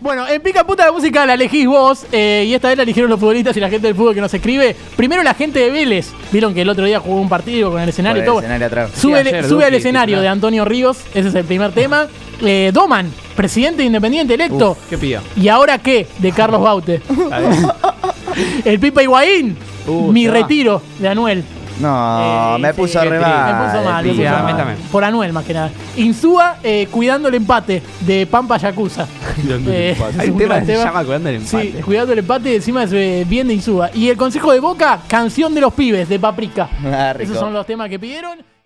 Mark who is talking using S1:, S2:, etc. S1: Bueno, en Pica Puta la música la elegís vos eh, y esta vez la eligieron los futbolistas y la gente del fútbol que nos escribe. Primero la gente de Vélez. Vieron que el otro día jugó un partido con el escenario y
S2: Por
S1: todo.
S2: el escenario atrás.
S1: Sube,
S3: Sí, ayer,
S1: sube
S3: Duki,
S1: al escenario
S3: titular.
S1: de Antonio Ríos, ese es el primer tema. Eh, Doman, presidente de independiente electo.
S3: Uf, qué pía.
S1: ¿Y ahora qué? De Carlos Baute.
S3: A ver.
S1: El Pipa Higuaín.
S3: Uh,
S1: mi
S3: se va.
S1: retiro de Anuel.
S2: No,
S1: Eh,
S2: me
S1: sí,
S2: puso
S1: qué
S2: re
S1: triste.
S2: mal.
S1: Me puso mal, me
S3: Sí,
S1: puso
S3: a mí
S1: mal.
S3: también.
S1: Por Anuel más que nada. Insúa eh, cuidando el empate de Pampa Yakuza. Eh, es
S3: Hay
S1: un
S3: un tema
S1: gran
S3: que se
S1: tema.
S3: llama cuidando el empate.
S1: Sí, cuidando el empate, encima es eh, bien de Insúa. Y el consejo de Boca, canción de los pibes de Paprika.
S2: Ah, rico.
S1: Esos son los temas que pidieron.